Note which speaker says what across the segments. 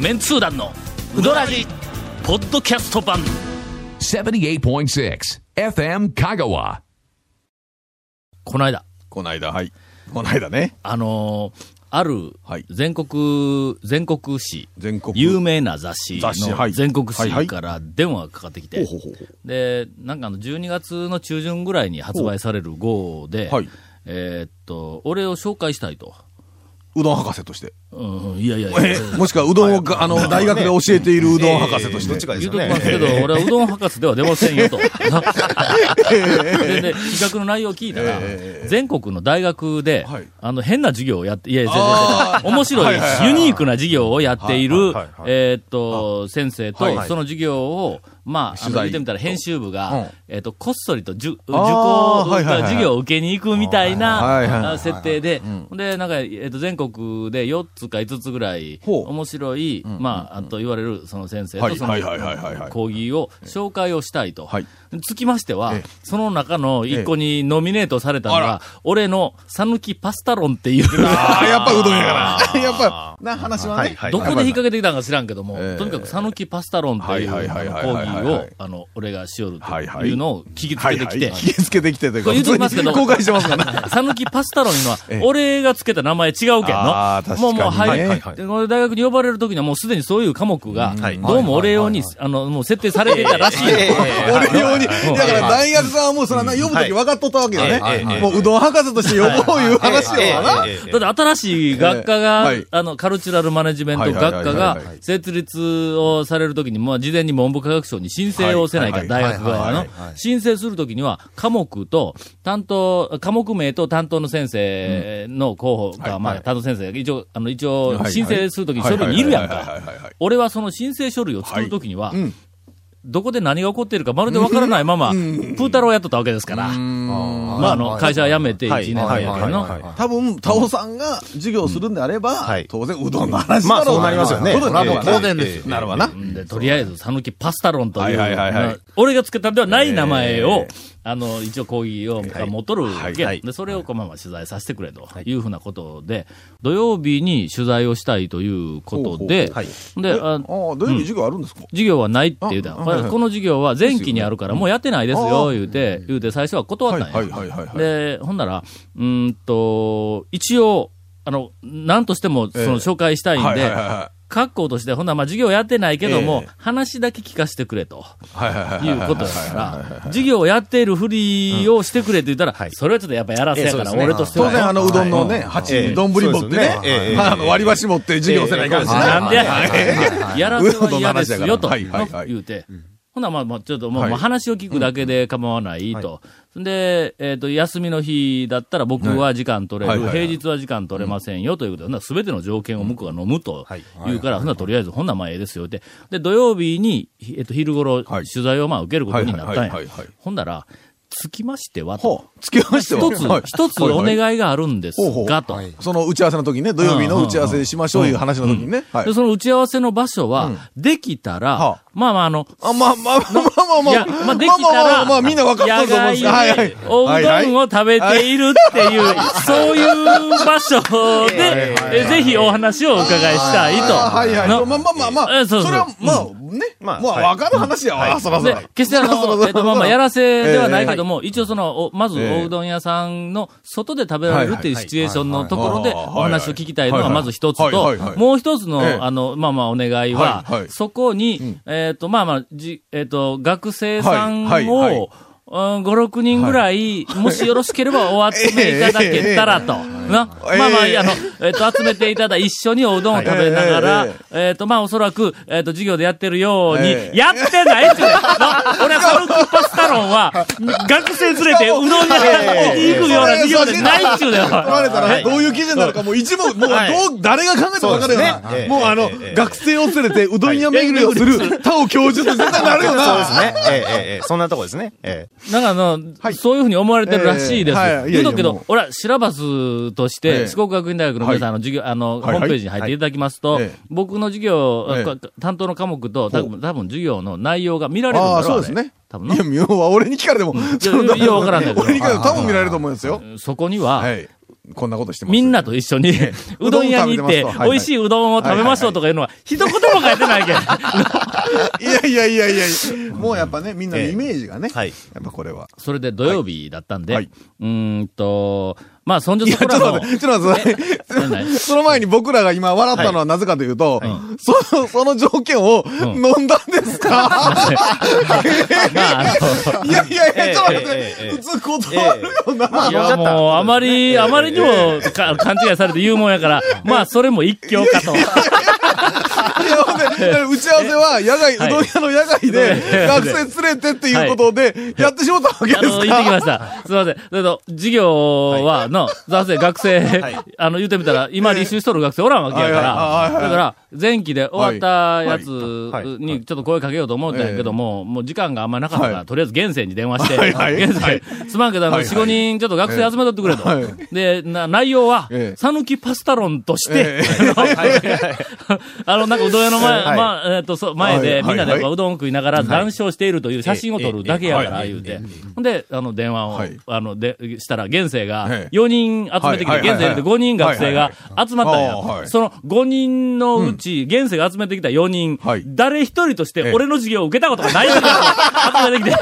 Speaker 1: メンツー団のウドラジポッドキャスト版
Speaker 2: 78.6 FM Kagawa.
Speaker 1: この間
Speaker 3: この間、はい。この間ね。
Speaker 1: あのーある
Speaker 3: はい
Speaker 1: 全国、全国誌
Speaker 3: 全国
Speaker 1: 有名な雑誌
Speaker 3: 雑誌は
Speaker 1: の
Speaker 3: い
Speaker 1: 全国
Speaker 3: はいは
Speaker 1: 誌
Speaker 3: い
Speaker 1: から電話がかかってきて、
Speaker 3: ほうほうほ
Speaker 1: でなんかあの12月の中旬ぐらいに発売される号で、
Speaker 3: はい
Speaker 1: えーっと俺を紹介したいと、
Speaker 3: うどん博士として。
Speaker 1: うん、いやいやいや
Speaker 3: え、もしくはうどんをが、あの、大学で教えているうどん博士として。
Speaker 4: どっちかです
Speaker 1: 言う
Speaker 4: よ
Speaker 1: ときますけ
Speaker 4: ね。
Speaker 1: ど、俺はうどん博士では出ませんよ と。で、で企画の内容を聞いたら、全国の大学で、
Speaker 3: はい
Speaker 1: あの、変な授業をやって、いや、全然
Speaker 3: あ
Speaker 1: 面白い、
Speaker 3: はいはいはい
Speaker 1: ユニークな授業をやってい
Speaker 4: はいは
Speaker 1: る
Speaker 4: いはい、はい
Speaker 1: えーっと、先生と、
Speaker 3: はい
Speaker 1: その授業を、まあ、あ
Speaker 3: 取
Speaker 1: の、
Speaker 3: 材
Speaker 1: 言ってみたら編集部が、
Speaker 3: うん
Speaker 1: えーっと、こっそりと受、受講、
Speaker 3: あーはいはいはい
Speaker 1: 授業を受けに行くみたい
Speaker 3: はいはいはい
Speaker 1: な
Speaker 3: は
Speaker 1: あ設定で、で、なんか、えーっと、全国で4つか5つぐらい、
Speaker 3: ほう
Speaker 1: 面白い、まあ、あと言われる、その先生
Speaker 3: は
Speaker 1: と、
Speaker 3: い
Speaker 1: その
Speaker 3: はいはいはいはいはい
Speaker 1: 講義を紹介をしたいと。
Speaker 3: はい
Speaker 1: つきましては
Speaker 3: ええ、
Speaker 1: その中の一個にノミネートされたの
Speaker 3: あ
Speaker 1: が
Speaker 3: ら、
Speaker 1: 俺のさぬきパスタ論っていう、
Speaker 3: ああ、やっぱうどんやから。やっぱ、な、話は
Speaker 4: は
Speaker 3: ね。
Speaker 4: いはい。
Speaker 1: どこで引っ掛けてきたんか知らんけども
Speaker 3: ええ、
Speaker 1: とにかくさぬきパスタ論っていう講
Speaker 3: はいはいはいはいはいはい
Speaker 1: 義を、あの、俺がしよる
Speaker 3: はい
Speaker 1: と
Speaker 3: はいいう
Speaker 1: のを聞きつ
Speaker 3: は
Speaker 1: け
Speaker 3: い
Speaker 1: て
Speaker 3: は
Speaker 1: き
Speaker 3: い。
Speaker 1: て、
Speaker 3: 気付けてきてという
Speaker 1: こ
Speaker 3: か、
Speaker 1: れ言うときますけど
Speaker 3: 普通に公開してますからね。
Speaker 1: さぬきパスタロン いうのは、俺がつけた名前違うけんの。
Speaker 3: あー確かに
Speaker 1: もう、もう、は。
Speaker 3: はいい
Speaker 4: はいはい
Speaker 1: でこの大学に呼ばれるときには、もうすでにそういう科目が、
Speaker 4: はい
Speaker 1: どうも俺用に、あの、もう設定されてたらしい。
Speaker 3: 俺用に。だ
Speaker 1: ん
Speaker 3: から大学さんはもうそれはな、呼ぶとき分かっとったわけ
Speaker 4: は
Speaker 3: だ
Speaker 4: いは
Speaker 3: ね。
Speaker 4: い
Speaker 3: もううどん博士として呼ぼういう話やわな。
Speaker 4: ええ
Speaker 1: だって新しい学科
Speaker 3: ええ
Speaker 1: が
Speaker 3: はい、
Speaker 1: あの、カルチュラルマネジメント学科
Speaker 3: はいはいはい
Speaker 1: が
Speaker 3: はいはい、
Speaker 1: 設立をされるときに、まあ、事前に文部科学省に申請をせないか
Speaker 3: は
Speaker 1: ら、
Speaker 3: い
Speaker 1: 大学側
Speaker 3: は
Speaker 1: の
Speaker 3: い。
Speaker 1: 申請するときには、科目と、担当、科目名と担当の先生の候補が、まあ、担当先生が一応、あの、一応、申請するときに書類にいるやん
Speaker 3: はいはいはいはいはい
Speaker 1: か
Speaker 3: はい。
Speaker 1: 俺はその申請書類を作るときには
Speaker 3: はいうん、
Speaker 1: どこで何が起こっているかまるでわからないまま、プータローをやっとったわけですから。まあ、あの、会社辞めて1年
Speaker 4: はい
Speaker 1: 半
Speaker 4: は
Speaker 1: や
Speaker 4: い
Speaker 1: けど
Speaker 4: はい
Speaker 1: な。
Speaker 4: は
Speaker 3: 多分、タオさんが授業するんであれば
Speaker 4: はい、
Speaker 3: 当然うどんの話
Speaker 4: ま
Speaker 3: だ
Speaker 4: あ
Speaker 3: ろ
Speaker 4: そうなりますよね
Speaker 3: ことになるわな
Speaker 4: それはもう当然ですよ
Speaker 3: なるわな。
Speaker 1: で、とりあえず、さぬきパスタロンという、
Speaker 3: はいはいはいはい
Speaker 1: な俺がつけたんではない名前を、あの、一応講義を、が持っとるわけ、
Speaker 4: はい
Speaker 1: で、それをこのまま取材させてくれというふうなことで、土曜日に取材をしたいということで、
Speaker 4: ほうほう
Speaker 1: で、あ
Speaker 3: ああ、土曜日授業あるんですか
Speaker 1: 授業はないって言うた
Speaker 3: ああはいはい
Speaker 1: この授業は前期にあるから、もうやってないですよ、
Speaker 3: ああ
Speaker 1: 言うて、言うて最初は断ったんや。
Speaker 3: はいはいはいはいはい
Speaker 1: で、ほんなら、うーんと、一応、あの、なんとしても、そ
Speaker 3: ええ
Speaker 1: の、紹介したいん
Speaker 3: はいはい
Speaker 1: で
Speaker 3: はい、は
Speaker 1: 各校として、ほんなら、まあ、授業やってないけども、
Speaker 3: ええ
Speaker 1: 話だけ聞かせてくれと。
Speaker 3: い。はいはいはいはい。
Speaker 1: いうことやから、授業をやっているふりをしてくれって言ったら、それはちょっとやっぱやらせやから、
Speaker 4: ええそうですね
Speaker 1: 俺として
Speaker 3: 当
Speaker 1: は。
Speaker 3: 然あのうどんの
Speaker 4: え
Speaker 3: ね、鉢
Speaker 4: え
Speaker 3: に丼持ってね
Speaker 4: そうですよねえ、え
Speaker 3: まああの割り箸持って授業せないかんし
Speaker 4: ええ
Speaker 3: な。
Speaker 1: なんでややらせは嫌ですよと、
Speaker 3: はいはいはい
Speaker 1: 言うて。ほな、まあ、まあ、ちょっと、もう、
Speaker 3: はい
Speaker 1: まあ話を聞くだけで構わないと。で、えっ、と、休みの日だったら僕は時間取れる、
Speaker 3: はいはいはい
Speaker 1: 平日は時間取れませんよということで、ほな、すべての条件を向こうが飲むと
Speaker 4: はい
Speaker 1: 言うから、ほな、とりあえず、ほんな、まあ、ええですよって。で、土曜日に、えっ、と、昼頃、
Speaker 3: は
Speaker 1: 取
Speaker 3: い
Speaker 1: 材をまあ、受けることになったんや
Speaker 3: はいはいはいはい。
Speaker 1: ほんなら、つきましてはと、
Speaker 3: ほう、つきましては。
Speaker 1: 一つ
Speaker 3: はい、
Speaker 1: 一つお
Speaker 3: はいはい
Speaker 1: 願いがあるんです
Speaker 3: ほうほう
Speaker 1: が、と
Speaker 4: は。い
Speaker 3: その打ち合わせの時にね、土曜日の打ち合わせしましょういう話の時にね。はい
Speaker 1: で、。その打ち合わせの場所は、できたら
Speaker 3: はあ、
Speaker 1: まあまあ、あの、
Speaker 3: あ、まあまあまあま
Speaker 1: い
Speaker 3: あ
Speaker 1: や、
Speaker 3: まあ。
Speaker 1: まあ、できた
Speaker 3: まあまあま
Speaker 1: ら、
Speaker 3: あまあ、みんな分かったと思うんですけど。はい
Speaker 1: 野
Speaker 3: は
Speaker 1: 外
Speaker 3: い
Speaker 1: で。おうどんを食べているっていう、そういう場所で、えぜひお話をお伺いしたいと。
Speaker 3: あはいはい。ま
Speaker 1: の
Speaker 3: あまあまあま
Speaker 1: え
Speaker 3: あ、
Speaker 1: そ
Speaker 3: そう
Speaker 1: そう
Speaker 3: れはまあね、ま
Speaker 4: ま
Speaker 3: あ
Speaker 4: あ
Speaker 3: 分かる話やわ。そらそら
Speaker 1: で、。決してあ
Speaker 3: そらそ
Speaker 1: の、
Speaker 3: ら
Speaker 1: えっと、まあまあ、やらせではないけども、一応その、おまず、
Speaker 3: ええ
Speaker 1: おうどん屋さんの外で食べられるっていうシチュエーションのところで、
Speaker 3: はいはいはい
Speaker 1: お話を聞きたいの
Speaker 3: は
Speaker 1: は、
Speaker 3: いは
Speaker 1: ま
Speaker 3: い
Speaker 1: ず一つ
Speaker 3: はいはい
Speaker 1: と
Speaker 3: は、い
Speaker 1: もう一つ
Speaker 3: ええ
Speaker 1: の、あの、まあまあ、お願いは
Speaker 3: はいは、い
Speaker 1: そこに、えっと、まあまあ、じ、えっと、学生さん
Speaker 3: はいはいはい
Speaker 1: を、うん、5、6人ぐらい、もしよろしければお集めいただけたらと。な。まあ
Speaker 3: え
Speaker 1: まあ、あの、
Speaker 3: え
Speaker 1: えっと、集めていただ、一緒におうどんを食べながら
Speaker 3: えええ、
Speaker 1: えっと、まあ、おそらく、えっと、授業でやってるように、
Speaker 3: ええ
Speaker 1: やってないってね。な俺はサルキパスタロンは、学生連れてうどん屋さんに行くような授業でないっちゅうねんおい
Speaker 3: 取られたらね、どういう基準なのか、もう一問、もうどう、誰が考えても分かるよな
Speaker 4: そうですねえ。え
Speaker 3: もうあの
Speaker 4: えええ、え
Speaker 3: 学生を連れてうどん屋巡りをする、他を教授って絶対なるよ
Speaker 4: そうで
Speaker 3: な。
Speaker 4: すね。ええええええそんなとこですね。ええ
Speaker 1: なんかあの、そういうふうに思われてるらしいです。
Speaker 3: ええはいいや
Speaker 1: 言
Speaker 3: いうや
Speaker 1: とくけ
Speaker 3: も
Speaker 1: ど
Speaker 3: う、
Speaker 1: 俺はシラバスとし
Speaker 3: え
Speaker 1: て、
Speaker 3: え
Speaker 1: 四国学院大学の皆さんあの授業、あの、ホ
Speaker 3: はい
Speaker 1: ームページに入っていただきますと
Speaker 3: はいええ、
Speaker 1: 僕の授業
Speaker 3: ええ、
Speaker 1: か担当の科目と、多分多分授業の内容が見られるん
Speaker 3: あ
Speaker 1: だ
Speaker 3: あ、
Speaker 1: ろ
Speaker 3: そううですね。
Speaker 1: 多分
Speaker 3: いや、みょは俺に聞かれても、
Speaker 1: いやいやわからんけど
Speaker 3: 俺に聞かれても多分見られると思いますよ。
Speaker 1: なそこには
Speaker 3: は、い。こんなことしてます。
Speaker 1: みんなと一緒に、 うどん屋に行って
Speaker 3: うどんを食べてます、とはい
Speaker 1: 美味しいうどんを食べましょうとかいうのは、一言も書いてないけん。
Speaker 3: いやいやいやいやいやもうやっぱね、みんなのイメージがね。
Speaker 4: はい
Speaker 3: やっぱこれは。
Speaker 1: それで土曜日だったんで、
Speaker 3: はいう
Speaker 1: ーんと、まあ、そんじょ
Speaker 3: い や、
Speaker 1: そ
Speaker 3: ちょ
Speaker 1: こ
Speaker 3: っ
Speaker 1: らの
Speaker 3: と待っ、て、ちょっと待って、それ
Speaker 1: 何々
Speaker 3: その前に僕らが今笑ったのはなぜかというと、その、その条件を飲んだんですか、
Speaker 1: まあ、あの、
Speaker 3: いやいやいや、ちょっと待って、
Speaker 4: ええええ
Speaker 3: 普通断るよな。
Speaker 4: まあ
Speaker 1: いや、
Speaker 4: 飲んじゃった
Speaker 1: もう、あまり、あまりにもか勘違いされて言うもんや から、まあ、それも一興かと。
Speaker 3: いやほんで打ち合わせは、野 外、うどん屋の野外で、
Speaker 1: はい
Speaker 3: 学生連れてっていうことで、やってしまったわけです
Speaker 1: あの、
Speaker 3: か
Speaker 1: 行ってきました。すいません。それと、授業は、の、座生、学生
Speaker 4: はい、
Speaker 1: あの、言ってみたら、今履修しとる学生おらんわけやか
Speaker 3: はいはいはい
Speaker 1: ら、
Speaker 3: はい
Speaker 1: だから、前期で終わったやつ
Speaker 4: はいはい
Speaker 1: にちょっと声かけようと思ったんやけども、もう時間があんまなかったか
Speaker 3: は
Speaker 1: ら、
Speaker 3: い
Speaker 1: とりあえず現世に電話して、
Speaker 3: はい はい
Speaker 1: 現世、すまんけど、あの、
Speaker 3: はいはい
Speaker 1: 4、5人ちょっと学生集めとってくれと
Speaker 3: はい。
Speaker 1: で、な内容は
Speaker 3: え、え
Speaker 1: さぬきパスタ論として
Speaker 3: え、
Speaker 1: あの、なんかうどん屋の前、
Speaker 4: はい
Speaker 1: まあ、えっと、そう前
Speaker 3: は
Speaker 1: で
Speaker 3: い
Speaker 1: みんなで
Speaker 3: はい
Speaker 1: こううどん食いながら談笑しているという写真を撮るだけやから、
Speaker 4: ええええ
Speaker 1: 言うて。ほんで、あの、電話を
Speaker 3: はい、
Speaker 1: あの、で、したら、現世が
Speaker 3: ええ、
Speaker 1: 4人集めてき
Speaker 3: は
Speaker 1: て、
Speaker 3: い
Speaker 1: 現
Speaker 3: はいはいはい
Speaker 1: 世で5人学生が集まったん
Speaker 3: はいはいはいああは
Speaker 1: や。
Speaker 3: い
Speaker 1: その5人のうち、現世が集めてきた4人
Speaker 3: はい、
Speaker 1: 誰一人とし
Speaker 3: え
Speaker 1: て
Speaker 3: え
Speaker 1: 俺の授業を受けたことがない人たちを集めてきて、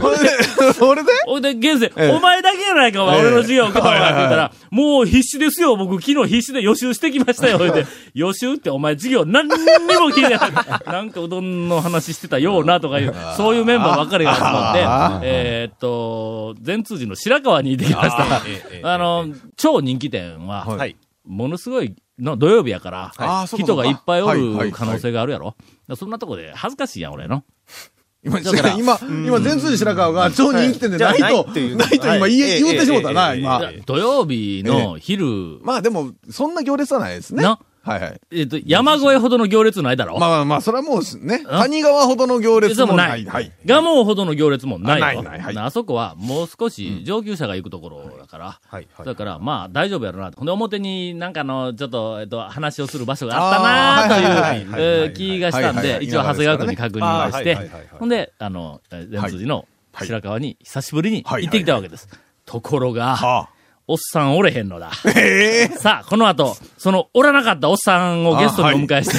Speaker 3: ほんで、 それで
Speaker 1: ほいで、現世、
Speaker 3: ええ
Speaker 1: お前だけやないか、お前
Speaker 3: ええ
Speaker 1: 俺の授業を受けたのはって言った
Speaker 3: はい
Speaker 1: ら、もう必死ですよ、僕昨日必死で予習してきましたよ、言うて。予習ってお前授業何にも聞いてない。 なんかうどんの話してたような、とかいう、そういうメンバーばっかりが集まって、えーっと、全通寺の白川に行ってきました
Speaker 4: あーえええ。え
Speaker 1: あの、超人気店
Speaker 3: は
Speaker 1: は、
Speaker 4: はい。
Speaker 1: ものすごい、の土曜日やから、
Speaker 3: あーそうかそ
Speaker 1: 人
Speaker 3: うか
Speaker 1: がいっぱいお
Speaker 3: はいはい
Speaker 1: る可能性があるやろ。だからそんなとこで恥ずかしいやん、俺の。
Speaker 3: 今、
Speaker 1: だから
Speaker 3: 今、今、全通じ白川が超人気店でな
Speaker 4: はい
Speaker 3: いと、
Speaker 4: じゃあないっていう
Speaker 3: ないと今
Speaker 4: はい
Speaker 3: 言え、
Speaker 4: ええ
Speaker 3: 言うてしもたな、
Speaker 4: ええ
Speaker 1: いや
Speaker 3: 今
Speaker 4: え。
Speaker 1: 土曜日の昼、
Speaker 3: まあでも、そんな行列はないですね。
Speaker 1: な
Speaker 3: はいはい。
Speaker 1: えっと、山越えほどの行列ないだろ
Speaker 3: まあまあまあ、それはもうね、谷川ほどの行列もない。はい。
Speaker 1: 蒲生ほどの行列もないよ
Speaker 3: あないないはい
Speaker 1: あそこはもう少し上級者が行くところだから。
Speaker 4: はいはい
Speaker 1: だから、まあ、大丈夫やろなと。ほんで、表になんかの、ちょっと、えっと、話をする場所があった
Speaker 3: あー
Speaker 1: な
Speaker 3: は
Speaker 1: あ
Speaker 3: い
Speaker 1: とい
Speaker 4: はいはいは
Speaker 1: う
Speaker 4: い
Speaker 1: えー気がしたん
Speaker 3: はいはい
Speaker 1: で
Speaker 3: は、い
Speaker 1: 一応、長谷川君に確認をし
Speaker 4: あーは
Speaker 1: て
Speaker 4: いはいはいはい、
Speaker 1: ほんで、あの、えー善通寺の
Speaker 3: はい
Speaker 1: 白川に久しぶりに
Speaker 3: はい
Speaker 1: 行ってきたわけです。ところが、
Speaker 3: あ
Speaker 1: おっさんおれへんのだ。
Speaker 3: あ。ええ。
Speaker 1: さあ、この後、その、おらなかったおっさんをゲストにお迎えして、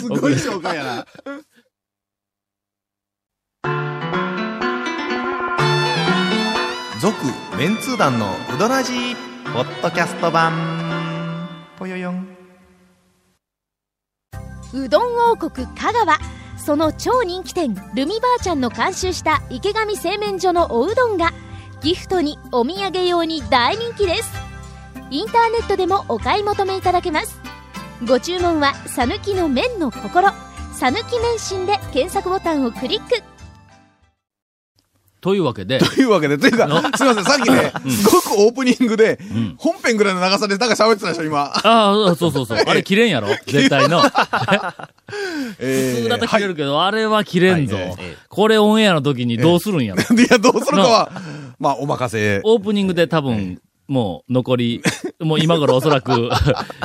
Speaker 3: すごい紹介やな。
Speaker 4: 続、メンツー団のうどらじ、ポッドキャスト版、ぽよよん。
Speaker 5: うどん王国香川その超人気店ルミばあちゃんの監修した池上製麺所のおうどんがギフトにお土産用に大人気ですインターネットでもお買い求めいただけますご注文は「さぬきの麺の心」「さぬき麺心」で検索ボタンをクリック
Speaker 1: というわけで、
Speaker 3: というわけで、というか、すいません、さっきね、すごくオープニングで、本編ぐらいの長さで、なんか喋ってたでしょ、今。
Speaker 1: ああ、そうそうそう。あれ切れんやろ絶対 の。
Speaker 3: え
Speaker 1: 普
Speaker 3: え
Speaker 1: 通だと切れるけど、あれは切れんぞ
Speaker 3: はい
Speaker 4: ええ。
Speaker 1: これオンエアの時にどうするんやろ。
Speaker 3: いや、どうするかは、まあ、お任せ。
Speaker 1: オープニングで多分、もう残り、もう今頃おそら く、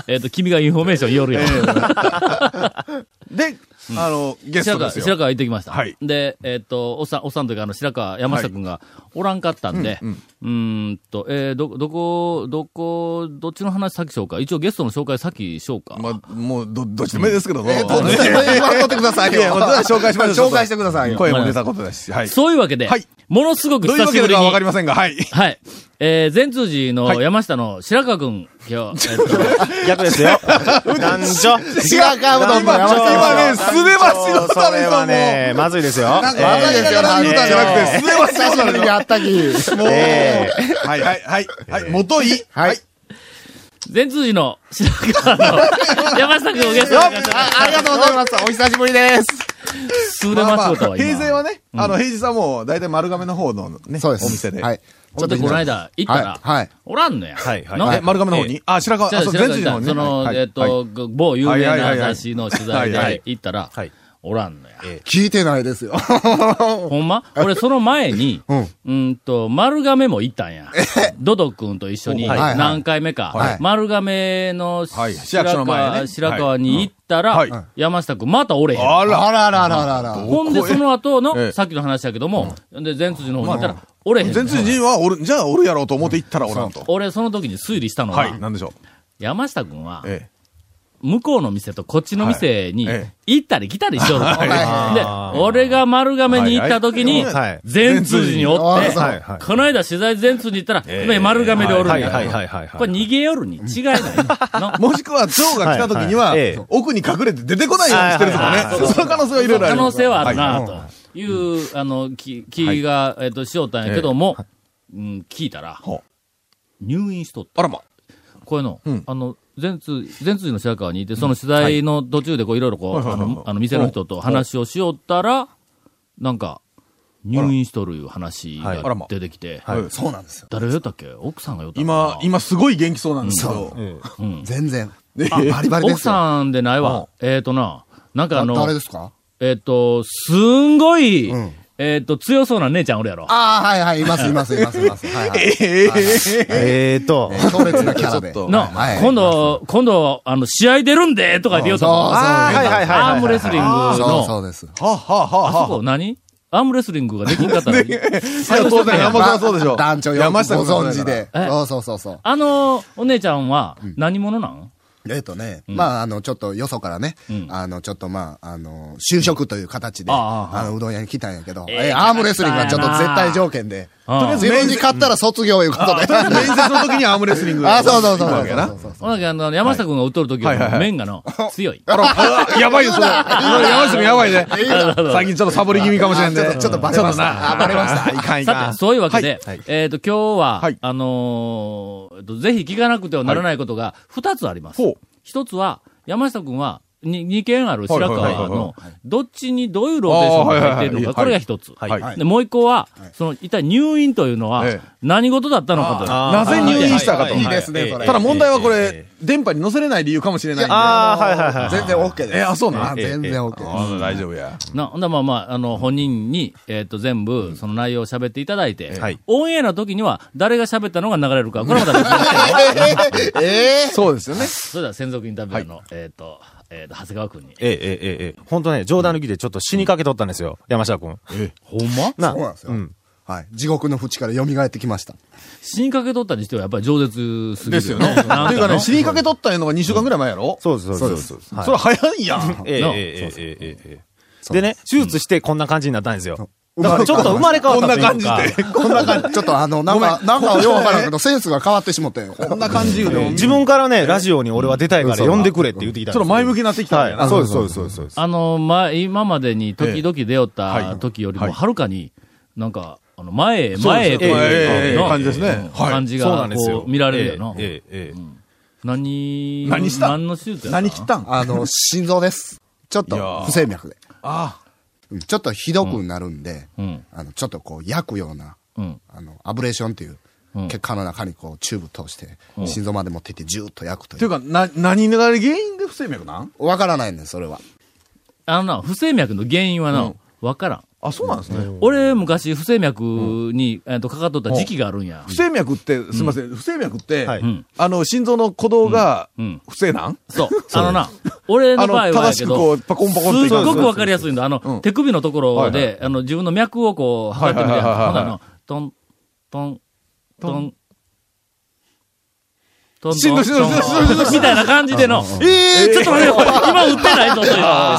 Speaker 1: えっと、君がインフォメーション夜やろ。
Speaker 3: で、あの、ゲス
Speaker 1: 白
Speaker 3: トで
Speaker 1: 川、
Speaker 3: すよ。
Speaker 1: 白川行ってきました。
Speaker 3: はい
Speaker 1: で、えっ、と、おっさん、おっさんというか、あの、白川山下くんがおらんかったんで、うーんと、えーど、どこ、どこ、どっちの話先しようか。一応ゲストの紹介先しようか。
Speaker 3: まあ、もう、ど、どっちでもいいですけども。
Speaker 6: えっと、ね、取ってください
Speaker 3: いや、
Speaker 6: よ。
Speaker 3: もう紹介しましょう。
Speaker 6: 紹介してくださいよ。
Speaker 3: 声も出たことだし。はい。
Speaker 1: そういうわけで、
Speaker 3: はい
Speaker 1: ものすごく
Speaker 3: どうい
Speaker 1: 久
Speaker 3: うわ
Speaker 1: し
Speaker 3: け
Speaker 1: ぶ
Speaker 3: か
Speaker 1: り
Speaker 3: は
Speaker 1: に
Speaker 3: わか、りませんが、はい。
Speaker 1: はい。えー、前通寺の山下の白川くん、今日、えっと、
Speaker 4: 逆ですよ。男女。
Speaker 6: 白川うどんの山下
Speaker 3: 今ね、すねましの
Speaker 4: そ
Speaker 3: ため
Speaker 4: れ
Speaker 3: に
Speaker 4: は
Speaker 3: も
Speaker 4: ね、まずいですよ。
Speaker 3: なんか、笑いながら言うたんじゃなくて、すねましのために。
Speaker 6: あったき。
Speaker 3: もう、
Speaker 4: え
Speaker 3: はいはいはい。はい、元井。
Speaker 6: はい。
Speaker 1: 前通寺の白川の山下君をゲストにお迎えしま
Speaker 6: あありがとうございます。お久しぶりです。
Speaker 1: す。すれますことは今。
Speaker 3: 平成はね、あの、平日はもう、大体丸亀の方のね、
Speaker 6: そうです。
Speaker 3: お店で。
Speaker 6: はい。ち
Speaker 1: ほんで、この間行ったら、
Speaker 6: はいはい
Speaker 1: おらんのや。
Speaker 4: はいはい
Speaker 1: の
Speaker 3: え、丸亀の方にあ、白川、
Speaker 1: じゃ
Speaker 3: あ、
Speaker 1: あ、
Speaker 3: そう、
Speaker 1: 白
Speaker 3: 全
Speaker 1: 川
Speaker 3: 治
Speaker 1: さ
Speaker 3: 寺
Speaker 1: んその、
Speaker 3: のね。はい
Speaker 1: えっと、某有名な雑誌の取材
Speaker 3: はいはいはいはい
Speaker 1: で行ったら
Speaker 4: はい、
Speaker 1: おらんのや。
Speaker 6: 聞いてな いですよ。
Speaker 1: ほんま俺、その前 に、
Speaker 6: うん
Speaker 1: うんと、丸亀も行ったんや。ドド君と一緒に、
Speaker 6: はいはい
Speaker 1: 何回目
Speaker 6: は
Speaker 1: か
Speaker 6: い、
Speaker 1: 丸亀の
Speaker 3: はい
Speaker 1: 白
Speaker 3: 市役所の前
Speaker 1: 川
Speaker 3: ね
Speaker 1: 白川に行った
Speaker 3: はい
Speaker 1: ら、山下君、またおれへん。
Speaker 3: あら、
Speaker 6: あらあらあらあらあら。
Speaker 1: ほんで、その後
Speaker 3: え
Speaker 1: の、
Speaker 3: え
Speaker 1: さっきの話やけども、で、前通寺の方に行ったら、おれへん。
Speaker 3: 全通人はおる、じゃあおるやろうと思って行ったらおらんと。
Speaker 1: 俺、その時に推理したのは、
Speaker 3: はい。なんでしょう。
Speaker 1: 山下君は、
Speaker 3: え
Speaker 1: 向こうの店とこっちの店に
Speaker 3: はいえ
Speaker 1: 行ったり来たりしようと。
Speaker 4: は
Speaker 1: で、俺が丸亀に行った時に
Speaker 7: はい、
Speaker 1: 全通寺におって、
Speaker 7: あはいはい
Speaker 1: この間取材全通寺行ったら、今丸亀でおるんだ
Speaker 7: はい
Speaker 1: よ。
Speaker 7: はいはいはいはい。
Speaker 1: これ逃げよるに違いない。の
Speaker 3: え。もしくは、蝶が来た時には
Speaker 7: はいはいええ、
Speaker 3: 奥に隠れて出てこないようにしてると
Speaker 7: はいは
Speaker 3: かね。その可能性はいろいろあ
Speaker 1: 可
Speaker 3: る。
Speaker 1: 能性はあるな
Speaker 3: は
Speaker 1: という、あの、き気が、えっと、しよったんやけども、うん、聞いたら
Speaker 3: ほ、
Speaker 1: 入院しとった。
Speaker 3: あらま。
Speaker 1: こういうの
Speaker 3: うん、
Speaker 1: あの、全通、全通寺の白川にいて、その取材の途中でこういろいろこ、
Speaker 3: はいうはい
Speaker 1: あ
Speaker 3: はいはい
Speaker 1: の、あの店の人と話をしよったら、なんか、入院しとるいう話
Speaker 7: はい
Speaker 3: あら
Speaker 1: が
Speaker 3: ま
Speaker 1: 出てきて、
Speaker 7: はい
Speaker 3: はい
Speaker 6: そうなんですよ。
Speaker 1: 誰が言ったっけ奥さんが言ったの
Speaker 3: 今
Speaker 1: か、な
Speaker 3: 今すごい元気そうなんですけど。
Speaker 7: え
Speaker 6: 全然。
Speaker 3: ね
Speaker 6: あバリバリで
Speaker 1: 奥
Speaker 6: すよ。
Speaker 1: さんでないわ。えっとな、なんかあの、
Speaker 6: 誰ですか
Speaker 1: えっと、すんごい
Speaker 6: うん、
Speaker 1: えっと、強そうな姉ちゃんおるやろ。
Speaker 6: ああ、はいはい、います、います、います、います。 はいはい。
Speaker 3: ええ
Speaker 7: ええーと、
Speaker 6: 強烈なキャラで。
Speaker 3: ちょっと
Speaker 1: の、
Speaker 6: はい
Speaker 1: 今度、今度、あの、試合出るんで、とか言おうと思う。
Speaker 7: あーはいはいはいはい。
Speaker 1: アームレスリング
Speaker 6: そう
Speaker 1: の、
Speaker 6: そうです。
Speaker 3: はあはあは
Speaker 1: あ
Speaker 3: あ
Speaker 1: そ
Speaker 3: はあ。
Speaker 1: こ何アームレスリングができんかったのに。
Speaker 3: いや当然、山本はそうでしょう。
Speaker 6: 団長よくご
Speaker 3: 山下君
Speaker 6: 存知で。
Speaker 1: え
Speaker 6: そうそうそうそう。
Speaker 1: あの、お姉ちゃんは、何者なん
Speaker 6: えっとね、まあ、あの、ちょっとよそからね、
Speaker 1: ん
Speaker 6: あの、ちょっとまあ、あの、就職という形で、
Speaker 1: あ
Speaker 6: あ
Speaker 1: ああ
Speaker 6: の、うどん屋に来たんやけど、
Speaker 1: ええ
Speaker 6: えアームレスリングはちょっと絶対条件で、
Speaker 1: ああ
Speaker 6: とりあえず自分に勝ったら卒業いうことで。
Speaker 3: 面接の時にアームレスリング
Speaker 6: ああ、そうそうそ
Speaker 3: 行く
Speaker 6: うそ
Speaker 3: わ
Speaker 6: う
Speaker 3: けやな
Speaker 6: そうそう
Speaker 1: ほなけあの、山下君が打っとる時より
Speaker 3: はいは
Speaker 1: も
Speaker 3: いはい
Speaker 1: 面がの、強い。
Speaker 3: あらあやばいよ、それ。山下君やばいね。最近ちょっとサボり気味かもしれん
Speaker 6: ちょっ
Speaker 3: ね
Speaker 6: と、。ちょっとバレまし
Speaker 3: ちょっと
Speaker 6: た。あバレました。いかんい
Speaker 1: さて、そういうわけで、
Speaker 7: はい
Speaker 1: えっ、と、今日は、
Speaker 3: はい
Speaker 1: あのーえっとぜひ聞かなくてはならないことが2つあります
Speaker 3: ほう。
Speaker 1: 一、つは、山下君は、に2件ある白
Speaker 3: はいはい
Speaker 1: 川
Speaker 3: はいは
Speaker 1: の、どっちにどういうローテーションが入っているの
Speaker 3: あ
Speaker 1: か、こ
Speaker 3: ーはいは
Speaker 1: れ
Speaker 3: いは
Speaker 1: が
Speaker 3: い
Speaker 1: 1つ。
Speaker 7: はい
Speaker 6: は
Speaker 1: で、もう一個は、その、一体入院というのは
Speaker 3: ええ、
Speaker 1: 何事だったのかと。
Speaker 7: あ
Speaker 3: なぜ入院したかと
Speaker 6: いいですね、それ。
Speaker 3: ただ問題はこれ
Speaker 7: え、
Speaker 3: 電波に載せれない理由かもしれないんで。
Speaker 7: ああ、はいはいはい。
Speaker 6: 全然 OK です。
Speaker 3: えあそうなん
Speaker 6: あ全然 OK です。
Speaker 3: あ大丈夫や。
Speaker 1: な、ほんだらまあまあ、あの、本人に、えっ、と、全部、その内容を喋っていただいて、
Speaker 7: はい
Speaker 1: オンエアの時には、誰が喋ったのが流れるか、これはまた別に
Speaker 6: ええ
Speaker 3: そうですよね。
Speaker 1: それでは専属インタビュアーの、えっ、と、えっ、と、長谷川くんに。
Speaker 7: ええええええ本当ね、冗談抜きでちょっと死にかけとったんですよ、山下君。
Speaker 1: ほんま
Speaker 7: な
Speaker 6: そうなんですよ
Speaker 7: うん。
Speaker 6: はい。地獄の淵から蘇ってきました。
Speaker 1: 死にかけとったにしてはやっぱり饒舌すぎる。
Speaker 3: ですよね。という
Speaker 1: なん
Speaker 3: か
Speaker 1: か
Speaker 3: ね、
Speaker 1: ね、
Speaker 3: 死にかけとったんやのが2週間ぐらい前やろ
Speaker 7: そうです、そうです。
Speaker 6: そうです
Speaker 7: はい
Speaker 3: それ早いやん。
Speaker 7: えええ
Speaker 1: な
Speaker 7: ええええええでね、手術してこんな感じになったんですよ。だからちょっと生
Speaker 6: う
Speaker 7: まれ変わ
Speaker 3: こ
Speaker 7: っ
Speaker 3: ん
Speaker 7: たと
Speaker 3: な
Speaker 7: いうか。
Speaker 3: 感じで。
Speaker 6: こんな感じ。ちょっとあの、なんか、なんかようわからんけど、センスが変わってしもって。
Speaker 3: こんな感じ言うても。
Speaker 7: 自分からね、ラジオに俺は出たいから呼んでくれって言ってきたん
Speaker 3: ちょ
Speaker 7: で
Speaker 3: っと
Speaker 7: す
Speaker 3: 前向きになってきたんや
Speaker 7: はい。
Speaker 3: な。
Speaker 7: そうです、そうです、そうですそうです。
Speaker 1: あの、ま、今までに時々出よっ
Speaker 3: ええは
Speaker 1: た
Speaker 3: い
Speaker 1: 時より
Speaker 3: は
Speaker 1: も、
Speaker 3: い
Speaker 1: はるかに、なんか、あの、前へ、
Speaker 3: そう
Speaker 1: 前へ
Speaker 3: です
Speaker 1: という
Speaker 3: えええええ
Speaker 1: か
Speaker 3: え感じですね
Speaker 1: うん
Speaker 3: はい
Speaker 1: 感じ
Speaker 7: そうな
Speaker 1: が、
Speaker 7: んです
Speaker 1: こ
Speaker 7: よ。
Speaker 1: う、見られるよな。
Speaker 7: ええええええ
Speaker 1: 何、
Speaker 3: 何した
Speaker 1: 何の手術やった
Speaker 3: 何切ったん
Speaker 6: あの、心臓です。ちょっ
Speaker 3: いや
Speaker 6: と、
Speaker 3: ー
Speaker 6: 不整脈で。
Speaker 3: あ
Speaker 6: うんちょっとひどくなるんで、
Speaker 1: うん。
Speaker 6: あの、ちょっとこう、焼くような、
Speaker 1: うん。
Speaker 6: あの、アブレーションっていう、
Speaker 1: うん
Speaker 6: 血管の中にこう、チューブ通して、心臓まで持っていって、ジューッと焼くと
Speaker 3: とい
Speaker 6: いうう。
Speaker 3: か、な、何が原因で不整脈なん
Speaker 6: わからないんです、それは。
Speaker 1: あのな、不整脈の原因は
Speaker 3: う、
Speaker 1: なんわからん。
Speaker 3: あ、そうなんですね。
Speaker 1: 俺、昔、不整脈に、えっと、かかっとった時期があるんや
Speaker 3: 不。整脈って、すみません、不整脈って、
Speaker 7: はい
Speaker 1: うん。
Speaker 3: あの、心臓の鼓動が
Speaker 1: うん。
Speaker 3: 不正なん
Speaker 1: そう。あのな、俺の場合
Speaker 3: あの
Speaker 1: はや
Speaker 3: 正
Speaker 1: け
Speaker 3: しくこ
Speaker 1: ど、
Speaker 3: うパコンパコンって
Speaker 1: すっごくわかりや
Speaker 3: す
Speaker 1: すいんだ。あの、
Speaker 3: うん
Speaker 1: 手首のところで、
Speaker 3: はい
Speaker 1: あの、自分の脈をこう、測ってみて、
Speaker 3: はいはいはいはい
Speaker 1: ほんならあの、トン、トン、トン、トン、
Speaker 3: しんどいしんどいしんどいしんどい
Speaker 1: みたいな感じでの、えー、ちょっと待ってよ、今打ってないぞという、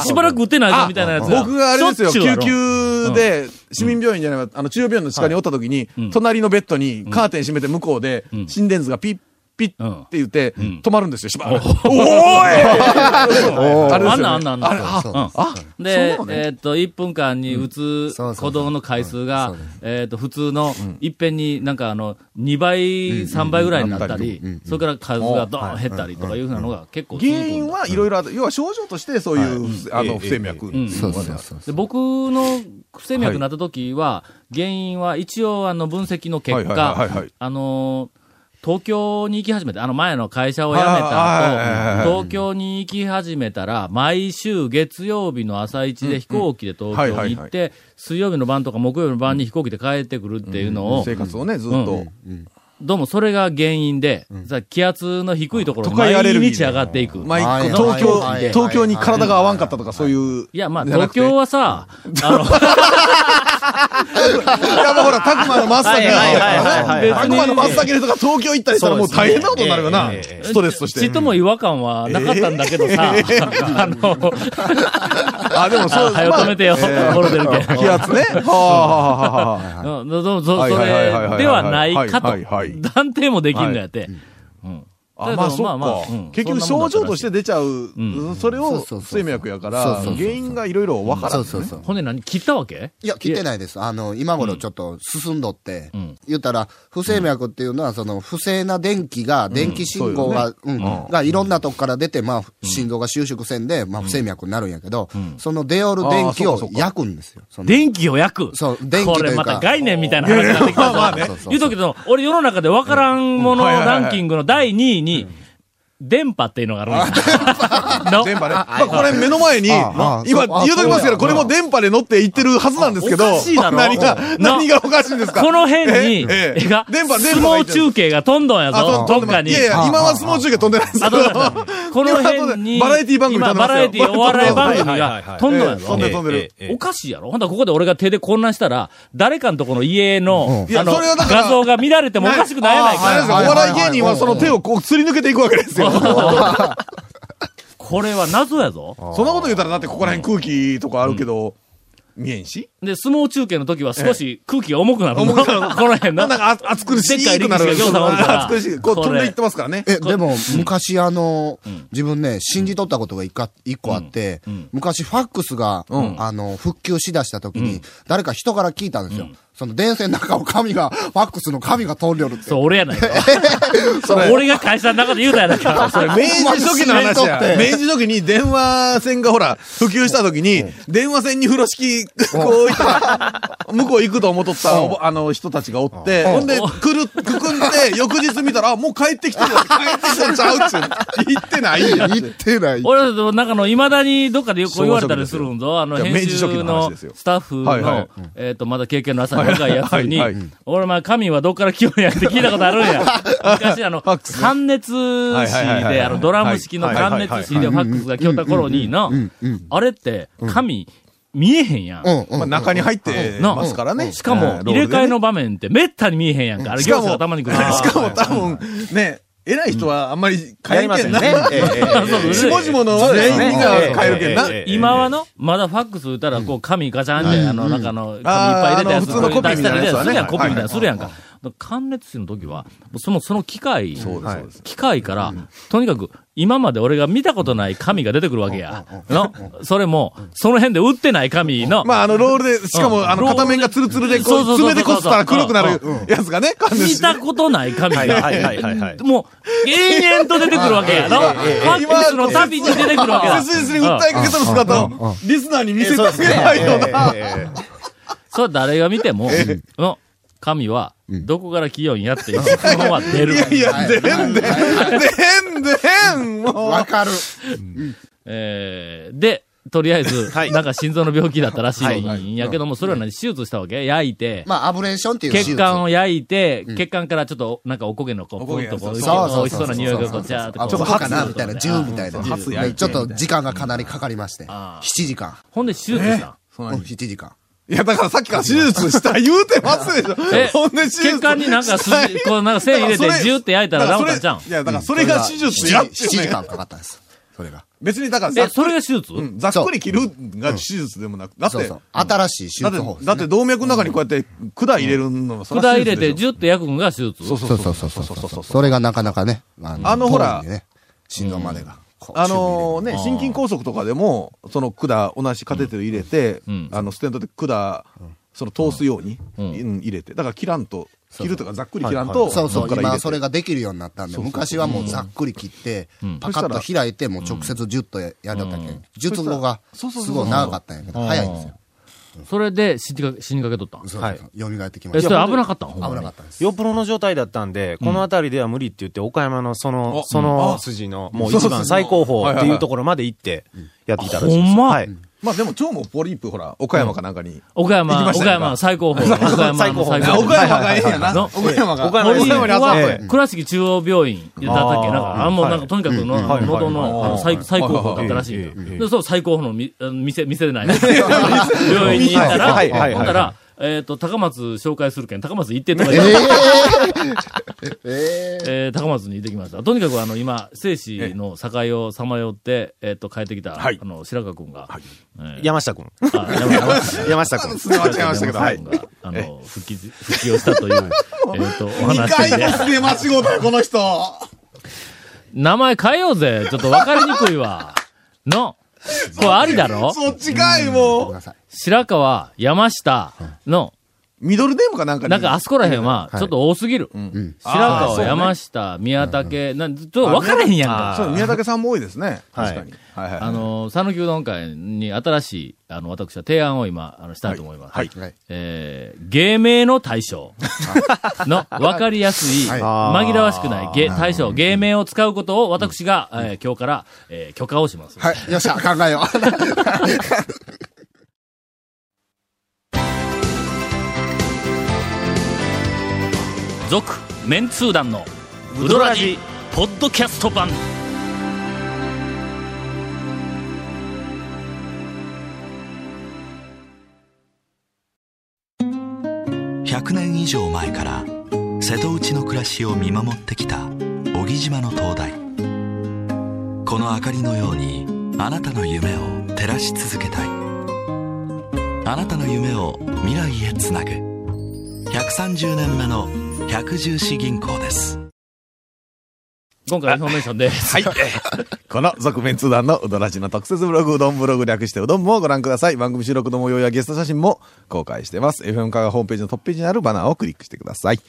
Speaker 1: しばらく打ってないぞみたいなやつ
Speaker 3: 僕があれですよ、
Speaker 1: しょっちゅうあ
Speaker 3: 救
Speaker 1: の
Speaker 3: 急で、市民病院じゃないわ、あの、中央病院の地下におった時に
Speaker 1: うん、
Speaker 3: 隣のベッドにカーテン閉めて向こうで
Speaker 1: うん、
Speaker 3: 心電図がピッ、ピッ
Speaker 1: うん
Speaker 3: って言って、
Speaker 1: ん
Speaker 3: 止まるんですよ、しばらく。おーいあれですよね
Speaker 1: あんなあんなあんな
Speaker 3: あれあ
Speaker 6: そう
Speaker 1: うん
Speaker 3: あ
Speaker 1: で
Speaker 3: そうな、の
Speaker 1: えーっと、1分間に打つ
Speaker 6: そうそうそう
Speaker 1: 鼓動の回数が
Speaker 6: うんそうで、
Speaker 1: えーっと、普通の、いっぺんになんかあの、2倍、3倍ぐらいになった
Speaker 3: な
Speaker 1: り
Speaker 3: ったりうん、
Speaker 1: それから数がどん減ったりとかいうふうなのが結構続くんだ
Speaker 3: 原因はいろいろある。要は症状としてそういう不正、あ
Speaker 7: ええ
Speaker 3: の、不整脈。
Speaker 1: んそう
Speaker 6: そうそう
Speaker 1: で僕の不整脈になった時は、原因は一応あの分析の結
Speaker 3: はいはいはいはいは
Speaker 1: 果
Speaker 3: い、
Speaker 1: あのー東京に行き始めた、あの前の会社を辞め
Speaker 3: はいはいはいはい
Speaker 1: た
Speaker 3: はい
Speaker 1: 後、東京に行き始めたら、毎週月曜日の朝一で飛行機で東
Speaker 3: はい
Speaker 1: 京
Speaker 3: は
Speaker 1: に
Speaker 3: い
Speaker 1: 行
Speaker 3: は
Speaker 1: っ
Speaker 3: い
Speaker 1: て、水曜日の晩とか木曜日の晩に飛行機で帰ってくるっていうのを、
Speaker 3: 生活をね、ずっ
Speaker 1: う
Speaker 3: と。
Speaker 1: んどうもそれが原因で、さ気圧の低いところに
Speaker 3: 都会アレ
Speaker 1: 毎
Speaker 3: ルギー
Speaker 1: 日上がっていく。
Speaker 3: まあ、
Speaker 6: はい
Speaker 3: 東京
Speaker 6: はいはい、
Speaker 3: 東京に体が合わんかったとか、そういう。
Speaker 1: いや、まあ、
Speaker 3: じゃな
Speaker 1: 東
Speaker 3: くて
Speaker 1: 京はさ、あの、
Speaker 3: いや、もうほら、たくまの真っ先に。
Speaker 7: はいはいはいはい
Speaker 1: はい
Speaker 3: たくまの真っ先にとか、東京行ったりしたらもう大変なことになるよな
Speaker 7: そうですねえええ。え
Speaker 3: ストレスとして。
Speaker 1: ちっとも違和感はなかったんだけどさ、 あの、
Speaker 3: あ、でもそう
Speaker 1: はよ止めてよ、ボロ出るけ。
Speaker 3: 気圧ね。はあはあはあはあ。
Speaker 1: うん、どうぞそ
Speaker 3: は
Speaker 1: れ
Speaker 3: いはいはいはいはい
Speaker 1: ではないかと
Speaker 3: はいはいはい、
Speaker 1: 断定もできんのやって。うん
Speaker 3: あ
Speaker 1: ま
Speaker 3: ま
Speaker 1: あ
Speaker 3: あそっ
Speaker 1: まあ
Speaker 3: か
Speaker 1: まあうん
Speaker 3: 結局症状として出ちゃう、
Speaker 1: ん
Speaker 3: それ
Speaker 6: そう
Speaker 3: を
Speaker 6: そうそう
Speaker 3: 睡眠薬やか
Speaker 6: そう
Speaker 3: ら
Speaker 6: そうそうそう
Speaker 3: 原因がいろいろ分から
Speaker 6: そ
Speaker 3: ん
Speaker 6: うそうそう。
Speaker 1: ほんで何切ったわけ
Speaker 6: いや、聞いてないです。あの、今頃ちょっと進んどって、
Speaker 1: ん
Speaker 6: 言ったら、不整脈っていうのは、その、不正な電気が、電気信号が、うん、がいろんなとこから出て、まあ、心臓が収縮せんで、まあ、不整脈になるんやけど、その出よる電気
Speaker 3: あー
Speaker 6: を
Speaker 3: そうかそうか
Speaker 6: 焼くんですよ。その
Speaker 1: 電気を焼く。
Speaker 6: そう電気というか
Speaker 1: これまた概念みたいな話になってきたぞ。
Speaker 6: そうそう
Speaker 1: 言うとくけど、俺世の中で分からんものランキングの第2位に、電波っていうのがあるんですよ。の
Speaker 3: 電波ね、まあ、これ目の前に
Speaker 6: あああ
Speaker 3: 今
Speaker 6: そうあ
Speaker 3: 言うときますけ
Speaker 6: そ
Speaker 3: ど
Speaker 6: うや
Speaker 3: これも電波で乗っていってるはずなんですけど
Speaker 1: あおかしいだろ
Speaker 3: 何が
Speaker 1: な
Speaker 3: 何がおかしいんですか
Speaker 1: この辺に、
Speaker 3: ええ
Speaker 1: 絵が、相
Speaker 3: 電波電波が入
Speaker 1: 撲
Speaker 3: ってる
Speaker 1: 中継が飛んどんやぞ、
Speaker 3: と
Speaker 1: どっかに
Speaker 3: い。やいや今は相撲中継飛んでないですけ
Speaker 1: あ
Speaker 3: ど
Speaker 1: どうだったこの辺に、
Speaker 3: バラエティ番組
Speaker 1: 今
Speaker 3: 飛ん
Speaker 1: バ
Speaker 3: でます
Speaker 1: ラエ
Speaker 3: よ
Speaker 1: ティお笑い番組
Speaker 7: はいはいは
Speaker 1: が
Speaker 7: い
Speaker 1: 飛んどんや
Speaker 3: ええ飛んで
Speaker 1: ぞ
Speaker 3: る。飛んでる、
Speaker 1: おかしいやろほんだらここで俺が手で混乱したら、誰かのとこの家の、
Speaker 3: いや
Speaker 1: あの、
Speaker 3: それはだから
Speaker 1: 画像が乱れてもおかしくないやない
Speaker 3: あ
Speaker 1: か
Speaker 3: れです。よお
Speaker 6: はいはいはい
Speaker 3: 笑い芸人はその手をこうすり抜けていくわけですよそん
Speaker 1: これは謎やぞ。
Speaker 3: なこと言ったらだってここら辺空気とかあるけど、見えんし
Speaker 1: で、相撲中継の時は少し空気が重くなるの。
Speaker 3: 重くなるの
Speaker 1: この辺
Speaker 3: なん
Speaker 1: な。
Speaker 3: かあ暑苦しいくな
Speaker 1: で
Speaker 3: る。
Speaker 1: っかい力士が餃子を折るから
Speaker 3: 暑苦しい。こう
Speaker 1: これ
Speaker 3: 飛んでいってますからね。
Speaker 6: え、でも、昔あの、自分ね、信じとったことが一か一個あって、昔ファックスが、あの、復旧しだした時に、誰か人から聞いたんですよ。その電線の中を神が、ファックスの神が通りよるって。
Speaker 1: そう、俺やないか。俺が会社の中で言うたやない か。
Speaker 3: それ明治初期の話や
Speaker 6: ほんまに信じとっ。て
Speaker 3: 明治初期に電話線がほら、普及した時に、電話線に風呂敷、こうい った、向こう行くと思っとった、おぼあの、人たちがおって、ほんで、くる、くくんで、翌日見たら、あもう帰ってきてるよ帰ってきてるちゃうっ ちゅう。行ってないんや。
Speaker 6: 言ってない。
Speaker 1: 俺、なんかの、未だにどっかでよく言われたりするんぞ。あの、
Speaker 3: いや
Speaker 1: 編
Speaker 3: 明治初期
Speaker 1: 集
Speaker 3: の話
Speaker 1: の
Speaker 3: ですよ
Speaker 1: スタッフ
Speaker 3: はいは
Speaker 1: の
Speaker 3: い、
Speaker 1: えっと、まだ経験の浅い若いやつに
Speaker 3: はいはいはい、
Speaker 1: 俺、まあ、神はどっから来よんやって聞いたことあるん や。昔、あの、関熱
Speaker 3: はい
Speaker 1: 紙
Speaker 3: はい
Speaker 1: で、
Speaker 3: は
Speaker 1: あ
Speaker 3: い
Speaker 1: の、ドラム式の関熱紙でファックスが来よった頃にな、あれって、神、見えへんやん。
Speaker 6: うん、うん。
Speaker 3: まあ中に入って
Speaker 1: な
Speaker 3: ますからね。
Speaker 1: しかも、入れ替えの場面ってめったに見えへんやんか。あれ、
Speaker 3: しか
Speaker 1: 行
Speaker 3: も
Speaker 1: 者がたまに来るから。
Speaker 3: しかも多分、ね、偉い人はあんまり帰りませんね。
Speaker 1: そう
Speaker 3: 下々の全員が帰るけんな。
Speaker 1: 今はの、まだファックス打ったら、こう、紙ガチャンで、あの、中の、紙いっぱい入れたやつ、
Speaker 3: あーあの普通のコピーみたいなやつは
Speaker 1: 出したりす
Speaker 3: ね
Speaker 1: るやん、コピーみたい
Speaker 3: は
Speaker 1: ないするやんか。関熱紙の時は、その、その機械、機械から、とにかく、今まで俺が見たことない紙が出てくるわけや。の、それも、その辺で打ってない紙の、
Speaker 3: まあ、あの、ロールで、しか
Speaker 1: うん
Speaker 3: も、あの、
Speaker 1: ロール
Speaker 3: 片面がツルツルで、
Speaker 1: そ
Speaker 3: こ
Speaker 1: うそうそう
Speaker 3: う、
Speaker 1: そう
Speaker 3: 爪でこすったら黒くなるやつがね、噛んで
Speaker 1: 見たことない紙
Speaker 7: はいは
Speaker 1: が、
Speaker 7: いはいはいはい。
Speaker 1: もう、延々と出てくるわけや。の、ファックスの旅に出てくるわ けや。
Speaker 3: 切実に訴えかけてる姿を、リスナーに見せてあげないよな。
Speaker 1: それは誰が見ても、の、神は、どこから来よんやっていう質問は出る。
Speaker 3: いや いや、でんでん、でんでん、もう。
Speaker 6: わかる。
Speaker 1: えーで、とりあえず、なんか心臓の病気だったらしいんやけども、それは何手術したわけ焼いて、
Speaker 6: まあ、アブレーションっていう手術
Speaker 1: 血管を焼いて、血管からちょっと、なんかおこげのこう、
Speaker 3: おこ
Speaker 1: ポ
Speaker 3: げ
Speaker 1: ンとこう、美
Speaker 3: そう
Speaker 6: そう
Speaker 1: 味しそ
Speaker 6: そう
Speaker 1: うな匂いがこう、じゃーっ
Speaker 6: あ、
Speaker 1: と
Speaker 6: ちょ
Speaker 1: こ
Speaker 6: っと
Speaker 1: う。
Speaker 6: かなみたいな、銃みたいな。
Speaker 1: あそう
Speaker 6: ちょっと時間がかなりかかりまして。7時間。
Speaker 1: ほんで手術した。
Speaker 6: うん7時間。
Speaker 3: いや、だからさっきから手術した言うてますでしょ。ほんで手術
Speaker 1: 血管になんか
Speaker 3: したい
Speaker 1: 筋、こうなんか線入れて
Speaker 3: だからそ
Speaker 1: ジューって焼いたら
Speaker 3: だか
Speaker 1: 治ったんちゃうん
Speaker 3: それいや、だからそれが手術や
Speaker 6: 7
Speaker 3: っ
Speaker 6: 時
Speaker 3: て
Speaker 6: 時
Speaker 3: ね。
Speaker 6: 間かかったんです。それが。
Speaker 3: 別に、だから
Speaker 1: え、
Speaker 3: さ、
Speaker 1: それが手術
Speaker 3: うんざっくり切るが手術でもなく、だって
Speaker 6: そう、そう。新しい手
Speaker 3: だっ
Speaker 6: 術法
Speaker 3: て、だって動脈の中にこうやって管入れるのは、そ
Speaker 1: 管
Speaker 3: ら手
Speaker 1: 入
Speaker 3: 術
Speaker 1: れ
Speaker 3: でして
Speaker 1: ジュ
Speaker 3: ょ
Speaker 1: ーって焼くんが手術
Speaker 3: そうそう
Speaker 6: そう
Speaker 3: そ
Speaker 6: そうう
Speaker 3: そ
Speaker 6: そううそ
Speaker 3: そうそうそ
Speaker 6: う
Speaker 3: う
Speaker 6: それがなかなかね。あ
Speaker 3: あのほら
Speaker 6: 通るんでね心臓までが。こう
Speaker 3: あのね、心筋梗塞とかでも、その管、同じカテーテル入れて、
Speaker 1: ん
Speaker 3: あの、ステントで管、その通すように、うん入れて、だから切らんと、切るとかざっくり切らんと、
Speaker 6: そうそう、
Speaker 3: っから入
Speaker 6: 今
Speaker 3: れ
Speaker 6: そ
Speaker 3: て
Speaker 6: れができるようになったんで、昔はもうざっくり切って、パカッと開いて、もう直接ジュッとややりだったけん。術後がす
Speaker 3: そうそうそうそう
Speaker 6: ごい長かったんやけど、早いんですよ。
Speaker 1: それで死にかけ、死にかけとったん
Speaker 6: そう
Speaker 7: はい
Speaker 6: そう蘇ってきま
Speaker 1: え、
Speaker 6: し
Speaker 1: そ
Speaker 6: た。
Speaker 1: れ
Speaker 6: 危
Speaker 1: 危なかったんほんまに
Speaker 6: なかったです。
Speaker 7: よっぽどの状態だったんで、この辺りでは無理って言って、岡山のその、その筋の、もう一番最高峰っていうところまで行って、やってきたらしいです。
Speaker 1: ほんま
Speaker 7: はい。
Speaker 3: まあでも、腸もポリープ、ほら、岡山かなんかに。
Speaker 1: 岡
Speaker 3: 行き
Speaker 1: 山、
Speaker 3: ました
Speaker 1: 岡
Speaker 3: ね
Speaker 1: 山、最高峰。岡山の最高峰。
Speaker 3: あ岡山がええんやな。
Speaker 1: の
Speaker 3: 岡山が。
Speaker 7: 岡山
Speaker 1: ポリー
Speaker 7: 岡山
Speaker 1: プ
Speaker 7: にあった
Speaker 1: は
Speaker 7: と、
Speaker 1: 倉敷中央病院だったっけなんか、あもうなんかとにかくの、
Speaker 7: はい
Speaker 1: 喉のあの最最高峰だったらしい
Speaker 7: はいはいはい
Speaker 1: よ。で、そう、最高峰のみあの店、店でない。病院に行ったら、
Speaker 7: はいはいはいはい
Speaker 1: ほんだら、えっと、高松紹介するけん、高松行ってとか
Speaker 6: え
Speaker 1: 言って
Speaker 6: ええ
Speaker 1: えー高松に行ってきました。とにかくあの、今、生死の境をさまよって、えっと、帰ってきた、あ
Speaker 3: はい
Speaker 1: の、白川君が、えー
Speaker 7: 山下君。
Speaker 1: あ山山
Speaker 7: 山下君。
Speaker 3: すね間違えましたけど。はい。
Speaker 1: 山下君があの、復帰、復帰をした という、えっと、お
Speaker 3: 二
Speaker 1: 話
Speaker 3: 回
Speaker 1: で
Speaker 3: も。すで間違うたよ、この人。
Speaker 1: 名前変えようぜ。ちょっとわかりにくいわ。の。これありだろ
Speaker 3: そっちかい、
Speaker 6: ごめん
Speaker 3: もう。
Speaker 6: なさい。
Speaker 1: 白川、山下の、
Speaker 3: ミドルネームかなんかに
Speaker 1: なんかあそこらへんは、ちょっと多すぎる。
Speaker 6: ん
Speaker 1: 白川、山下、宮武、なん、ちょっとわからへんやんか。
Speaker 3: そう、宮武さんも多いですね。
Speaker 7: はい
Speaker 3: 確かに。はいはい。
Speaker 1: あの、讃岐うどん会に新しい、あの、私は提案を今、あの、したいと思います。
Speaker 3: はい
Speaker 6: はい
Speaker 1: えー、芸名の対 象の分かりやすい、
Speaker 6: はい
Speaker 1: 紛らわしくない芸対象、芸名を使うことを私が、えー今日から、えー許可をします。
Speaker 6: はい、よっしゃ、考えよう。
Speaker 1: 続、メンツー団の、ウドラジ、ポッドキャスト版。
Speaker 8: 100年以上前から瀬戸内の暮らしを見守ってきた小木島の灯台この明かりのようにあなたの夢を照らし続けたいあなたの夢を未来へつなぐ130年目の百十四銀行です
Speaker 1: 今回インフォメーションです。
Speaker 3: はい。この続面通談のうどらじの特設ブログ、うどんブログ略してうどんもご覧ください。番組収録の模様やゲスト写真も公開してます。FM カがホームページのトップページにあるバナーをクリックしてください。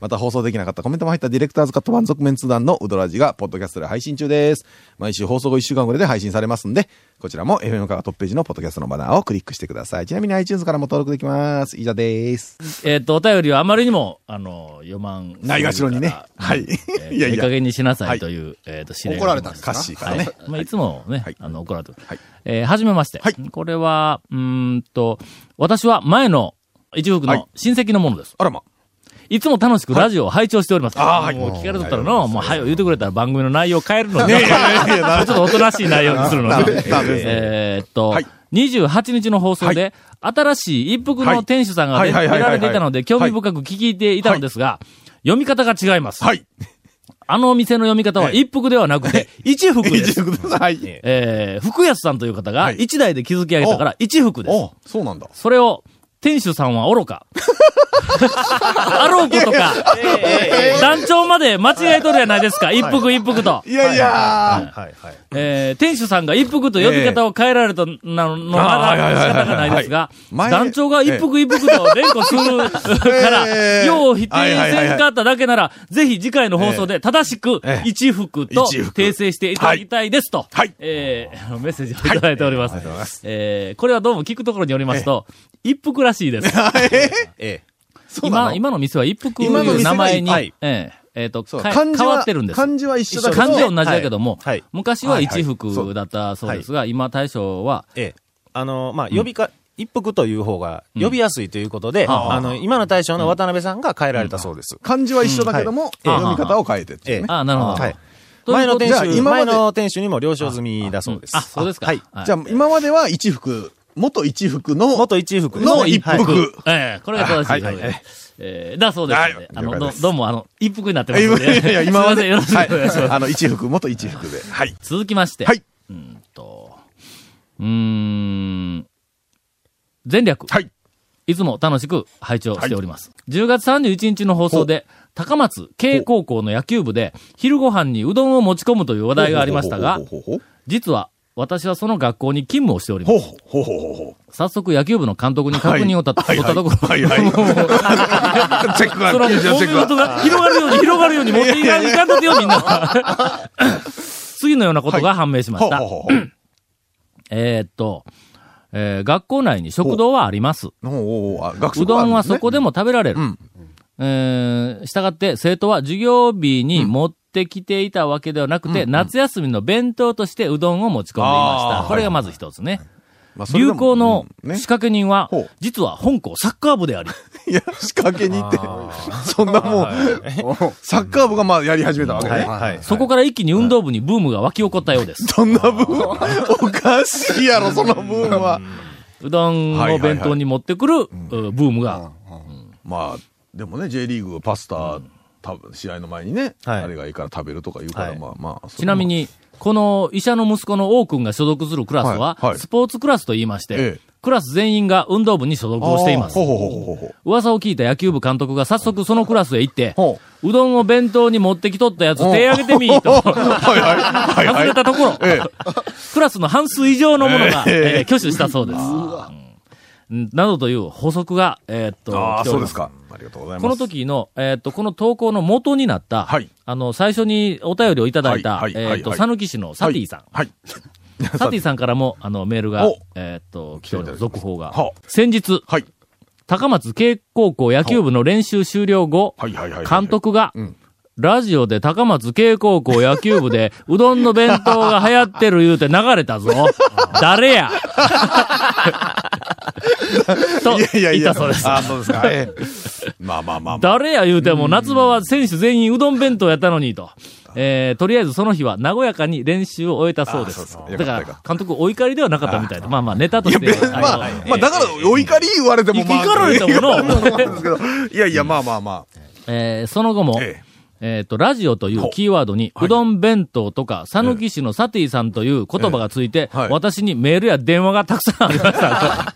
Speaker 3: また放送できなかったコメントも入ったディレクターズカット版続面通談のうどらじが、ポッドキャストで配信中です。毎週放送後1週間ぐらいで配信されますんで、こちらも FM カがトップページのポッドキャストのバナーをクリックしてください。ちなみに iTunes からも登録できます。以上です。
Speaker 1: えっと、お便りはあまりにも、あの、4万。
Speaker 3: ないがしろにね。 はい。
Speaker 1: えー
Speaker 3: いやい
Speaker 1: いい加
Speaker 3: や。
Speaker 1: 減にしなさいという、えっ、と、指令が
Speaker 6: 怒られたんです
Speaker 3: 歌
Speaker 6: か
Speaker 3: 詞からね。
Speaker 1: はい。まあ、いつもね、
Speaker 3: はい
Speaker 1: あの、怒られてる。
Speaker 3: はい
Speaker 1: えーはじめまして。
Speaker 3: はい
Speaker 1: これは、うーんと、私は前の一服
Speaker 3: はい
Speaker 1: の親戚のものです。
Speaker 3: あらま。
Speaker 1: い、つも楽しくラジオを拝聴しております。
Speaker 3: あーはい
Speaker 1: もう聞かれとったらの、もう、はい、言うてくれたら番組の内容を変えるのに、
Speaker 3: いやいやいや
Speaker 1: もうちょっとおとなしい内容にするのに。
Speaker 3: ダメです
Speaker 1: えーっと、
Speaker 3: はい
Speaker 1: 28日の放送で、新しい一服の店主さんが
Speaker 3: はい
Speaker 1: 出
Speaker 3: はいはいはい
Speaker 1: ら
Speaker 3: はい
Speaker 1: れていたので、興味深く聞いていたのですが、読み方が違います。
Speaker 3: はい。
Speaker 1: あのお店の読み方は一服ではなくて、一服で
Speaker 3: 一
Speaker 1: す。
Speaker 3: 服ください。
Speaker 1: えー、福安さんという方が
Speaker 3: はい
Speaker 1: 一代で築き上げたから一服です。
Speaker 3: あ、そうなんだ。
Speaker 1: それを、店主さんは愚 か。あろうことか、団長まで間違えとるやないですか、一服一服と。
Speaker 3: いやいや
Speaker 7: はいはい。
Speaker 1: えー、店主さんが一服と呼び方を変えられたなのの
Speaker 3: あ
Speaker 1: は
Speaker 3: ーはいはい
Speaker 1: 仕
Speaker 3: はいはい
Speaker 1: 方がないですが、
Speaker 3: 前
Speaker 1: 団長が一服一服と連呼するから、
Speaker 3: えー
Speaker 1: よう否定せんかっただけなら、ぜひ次回の放送で正しく
Speaker 3: ええ
Speaker 1: 一服と
Speaker 3: 一服
Speaker 1: 訂正していただきたいですと、
Speaker 3: はい
Speaker 1: えーあのメッセージをいただいております。えーこれはどうも聞くところによりますと、一服らしいです。
Speaker 3: ええ。そうな
Speaker 1: 今、
Speaker 3: の
Speaker 1: 今の店は一服と
Speaker 3: 今の
Speaker 1: いう
Speaker 3: 店が
Speaker 1: 名前に、
Speaker 3: はい
Speaker 1: えーえーと、
Speaker 3: そう
Speaker 1: か
Speaker 3: 漢字は
Speaker 1: 変わってるんです。
Speaker 3: 漢字は一緒だけど。
Speaker 1: 漢字は同じだけども、
Speaker 7: はいはい
Speaker 1: 昔は一服だったそうですが、今大将は、
Speaker 7: ええ。あの、まあ、呼びか、一服という方が呼びやすいということで、
Speaker 1: んああ
Speaker 7: あの、今の大将の渡辺さんが変えられたそうです。
Speaker 3: 漢字は一緒だけども、
Speaker 1: うんはい
Speaker 3: 読み方を変えてっていうね。
Speaker 1: ああ、なるほど。
Speaker 7: はい。
Speaker 1: とい
Speaker 7: 前
Speaker 1: うこと
Speaker 7: の
Speaker 1: で
Speaker 7: 店
Speaker 3: じゃあ
Speaker 7: 主、
Speaker 3: 今まで
Speaker 7: 前の店主にも了承済みだそうです。
Speaker 1: あ、そうですか。
Speaker 7: はい。
Speaker 1: はい
Speaker 3: じゃあ、今までは一服、元一服の、
Speaker 7: 元一服です
Speaker 3: の一
Speaker 7: はい
Speaker 3: 服。
Speaker 1: ええこれが正しい表現。
Speaker 3: はいはいはい
Speaker 1: えーだそうですので、
Speaker 3: はい
Speaker 1: あの
Speaker 3: 了解
Speaker 1: ど、
Speaker 3: です
Speaker 1: どうも、あの、一服になってま
Speaker 3: い
Speaker 1: す
Speaker 3: や
Speaker 1: の
Speaker 3: い
Speaker 1: で。
Speaker 3: や いや、今ま
Speaker 1: す
Speaker 3: で。
Speaker 1: いません、よろしくお願いします。
Speaker 3: はいあの、一服、元一服で。はい。
Speaker 1: 続きまして。
Speaker 3: はい。
Speaker 1: うんと、うーん、全略。
Speaker 3: はい。
Speaker 1: いつも楽しく拝聴しております。10月31日の放送で、高松慶高校の野球部で、昼ご飯にうどんを持ち込むという話題がありましたが
Speaker 3: ほう、ほうほう
Speaker 1: 実は、私はその学校に勤務をしております。
Speaker 3: ほうほうほうほうほうほう
Speaker 1: 早速野球部の監督に確認をた、取ったところ、
Speaker 3: はいはい。 チェックが、
Speaker 1: その、揉
Speaker 3: チェック
Speaker 1: め事
Speaker 3: が。
Speaker 1: が広がるように、広がるように持っていかないかんとってよ、みんな。 次のようなことが判明しま
Speaker 3: ほ
Speaker 1: し
Speaker 3: う
Speaker 1: た。
Speaker 3: ほうほうほう
Speaker 1: えーっと、えー学校内に食堂はあります。
Speaker 3: ほうほうほうあ学食
Speaker 1: うどんはそこ
Speaker 3: で。
Speaker 1: でも食べられる。
Speaker 3: ん
Speaker 1: えー、したがって生徒は授業日に持ってきていたわけではなくて、夏休みの弁当としてうどんを持ち込んでいまし
Speaker 3: あ
Speaker 1: た。
Speaker 3: ー
Speaker 1: これがまず一つね。
Speaker 3: まあそれで
Speaker 1: 流
Speaker 3: も
Speaker 1: 行の
Speaker 3: うんね
Speaker 1: 仕掛け人は
Speaker 3: ほう、
Speaker 1: 実は本校サッカー部であり、
Speaker 3: いや、仕掛けに行って、そんなもう、サッカー部がまあやり始めたわけね。
Speaker 7: はい。
Speaker 1: そこから一気に運動部にブームが湧き起こったようです。
Speaker 3: そんなブーム、おかしいやろ、そのブームは。
Speaker 1: うどんを弁当に持ってくる、うんブームが。
Speaker 3: まあ、でもね、J リーグはパスタ、多分試合の前にね、
Speaker 7: はい
Speaker 3: あれがいいから食べるとか言うから、
Speaker 7: はい
Speaker 3: まあまあ。それも
Speaker 1: ちなみ、に、この医者の息子の王君が所属するクラスは、
Speaker 3: はいはい
Speaker 1: スポーツクラスと言いまして、
Speaker 3: ええ
Speaker 1: クラス全員が運動部に所属をしています
Speaker 3: あー。ほうほうほうほうほう。
Speaker 1: 噂を聞いた野球部監督が早速そのクラスへ行って
Speaker 3: ほ、
Speaker 1: うどんを弁当に持ってきとったやつ手挙げてみーと、
Speaker 3: はいはい。はい
Speaker 1: 外
Speaker 3: はい
Speaker 1: れたところ、
Speaker 3: ええ
Speaker 1: クラスの半数以上のものが、
Speaker 3: ええ
Speaker 1: えー挙手したそうです。うんなどという補足が、えーっと、
Speaker 3: あ
Speaker 1: 来
Speaker 3: あ、
Speaker 1: ており
Speaker 3: そ
Speaker 1: ま
Speaker 3: うですか。ありがとうございます。
Speaker 1: この時の、えーっと、この投稿の元になった、
Speaker 3: はい
Speaker 1: あの、最初にお便りをいただいた、
Speaker 3: はいはい
Speaker 1: えーっと、
Speaker 3: はい
Speaker 1: さぬき市のサティさん。
Speaker 3: はい。
Speaker 1: サティさんからも、あの、メールが
Speaker 3: お、
Speaker 1: えーっと、来ております。
Speaker 3: 来ていた
Speaker 1: 続
Speaker 3: だ
Speaker 1: 報が
Speaker 3: はあ。
Speaker 1: 先日、
Speaker 3: はい。
Speaker 1: 高松慶高校野球部の練習終了後、
Speaker 3: はいはいはいはい。
Speaker 1: 監督が
Speaker 3: うん、
Speaker 1: ラジオで高松慶高校野球部で、 うどんの弁当が流行ってる言うて流れ たぞ。誰やと、
Speaker 3: いやいやい
Speaker 1: 言っ
Speaker 3: や。
Speaker 1: たそうです。
Speaker 3: ああ、そうですか。ええまあまあまあまあ。
Speaker 1: 誰や言うても、夏場は選手全員うどん弁当やったのに、と。えー、とりあえずその日は和やかに練習を終えたそうで
Speaker 3: あ
Speaker 1: す
Speaker 3: そう。
Speaker 1: だ
Speaker 3: ですかよかったよか
Speaker 1: か
Speaker 3: っ
Speaker 1: ら、監督お怒りではなかったみたいで、まあまあネタとして。あの
Speaker 3: まあ、まあ、だから、お怒り言われても、まあ。
Speaker 1: 怒られてもの
Speaker 3: なんですけど。いやいや、まあまあまあ。
Speaker 1: えーその後も、
Speaker 3: ええ
Speaker 1: えっ、と、ラジオというキーワードに、
Speaker 3: ほはいう
Speaker 1: どん弁当とか、讃岐市のサティさんという言葉がついて、
Speaker 3: えはい
Speaker 1: 私にメールや電話がたくさんあり ました。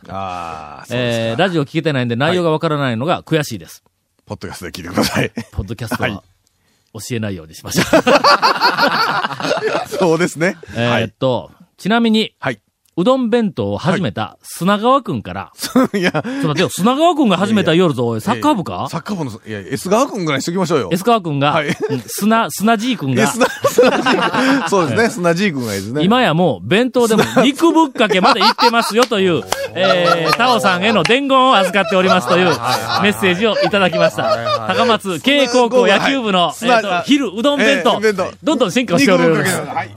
Speaker 3: ああ、そうですか。
Speaker 1: えーラジオ聞けてないんで内容がわからないのが悔しいです。
Speaker 3: ポッドキャストで聞いてください。
Speaker 1: ポッドキャスト
Speaker 3: はい
Speaker 1: は教えないようにしました。
Speaker 3: そうですね。
Speaker 1: えーっと、ちなみに、
Speaker 3: はい。
Speaker 1: うどん弁当を始めた砂川くんから、
Speaker 3: いや、
Speaker 1: ちょっと待ってよ、砂川くんが始めた夜ぞ、おいサッカー部か
Speaker 3: サッカー部の、いや、エスガー君ぐらいにしときましょうよ。
Speaker 1: S 川くんが、
Speaker 3: はい
Speaker 1: うん砂、砂 G くん
Speaker 3: エ
Speaker 1: が
Speaker 3: ス、ナスナジー 君そうですね、スナジー君がいいですね。
Speaker 1: 今やもう弁当でも肉ぶっかけまで行ってますよという、 えー、タオさんへの伝言を預かっておりますというメッセージをいただきました。高松慶高校野球部の、え
Speaker 3: 砂
Speaker 1: ー
Speaker 3: ごは
Speaker 1: と
Speaker 3: い
Speaker 1: 昼うどん弁
Speaker 3: え
Speaker 1: 当
Speaker 3: ー弁当、
Speaker 1: どんどん進化をして
Speaker 3: 肉
Speaker 1: おる
Speaker 3: ぶっ
Speaker 1: よう
Speaker 3: か
Speaker 1: で
Speaker 3: け
Speaker 1: す
Speaker 3: の。。はい。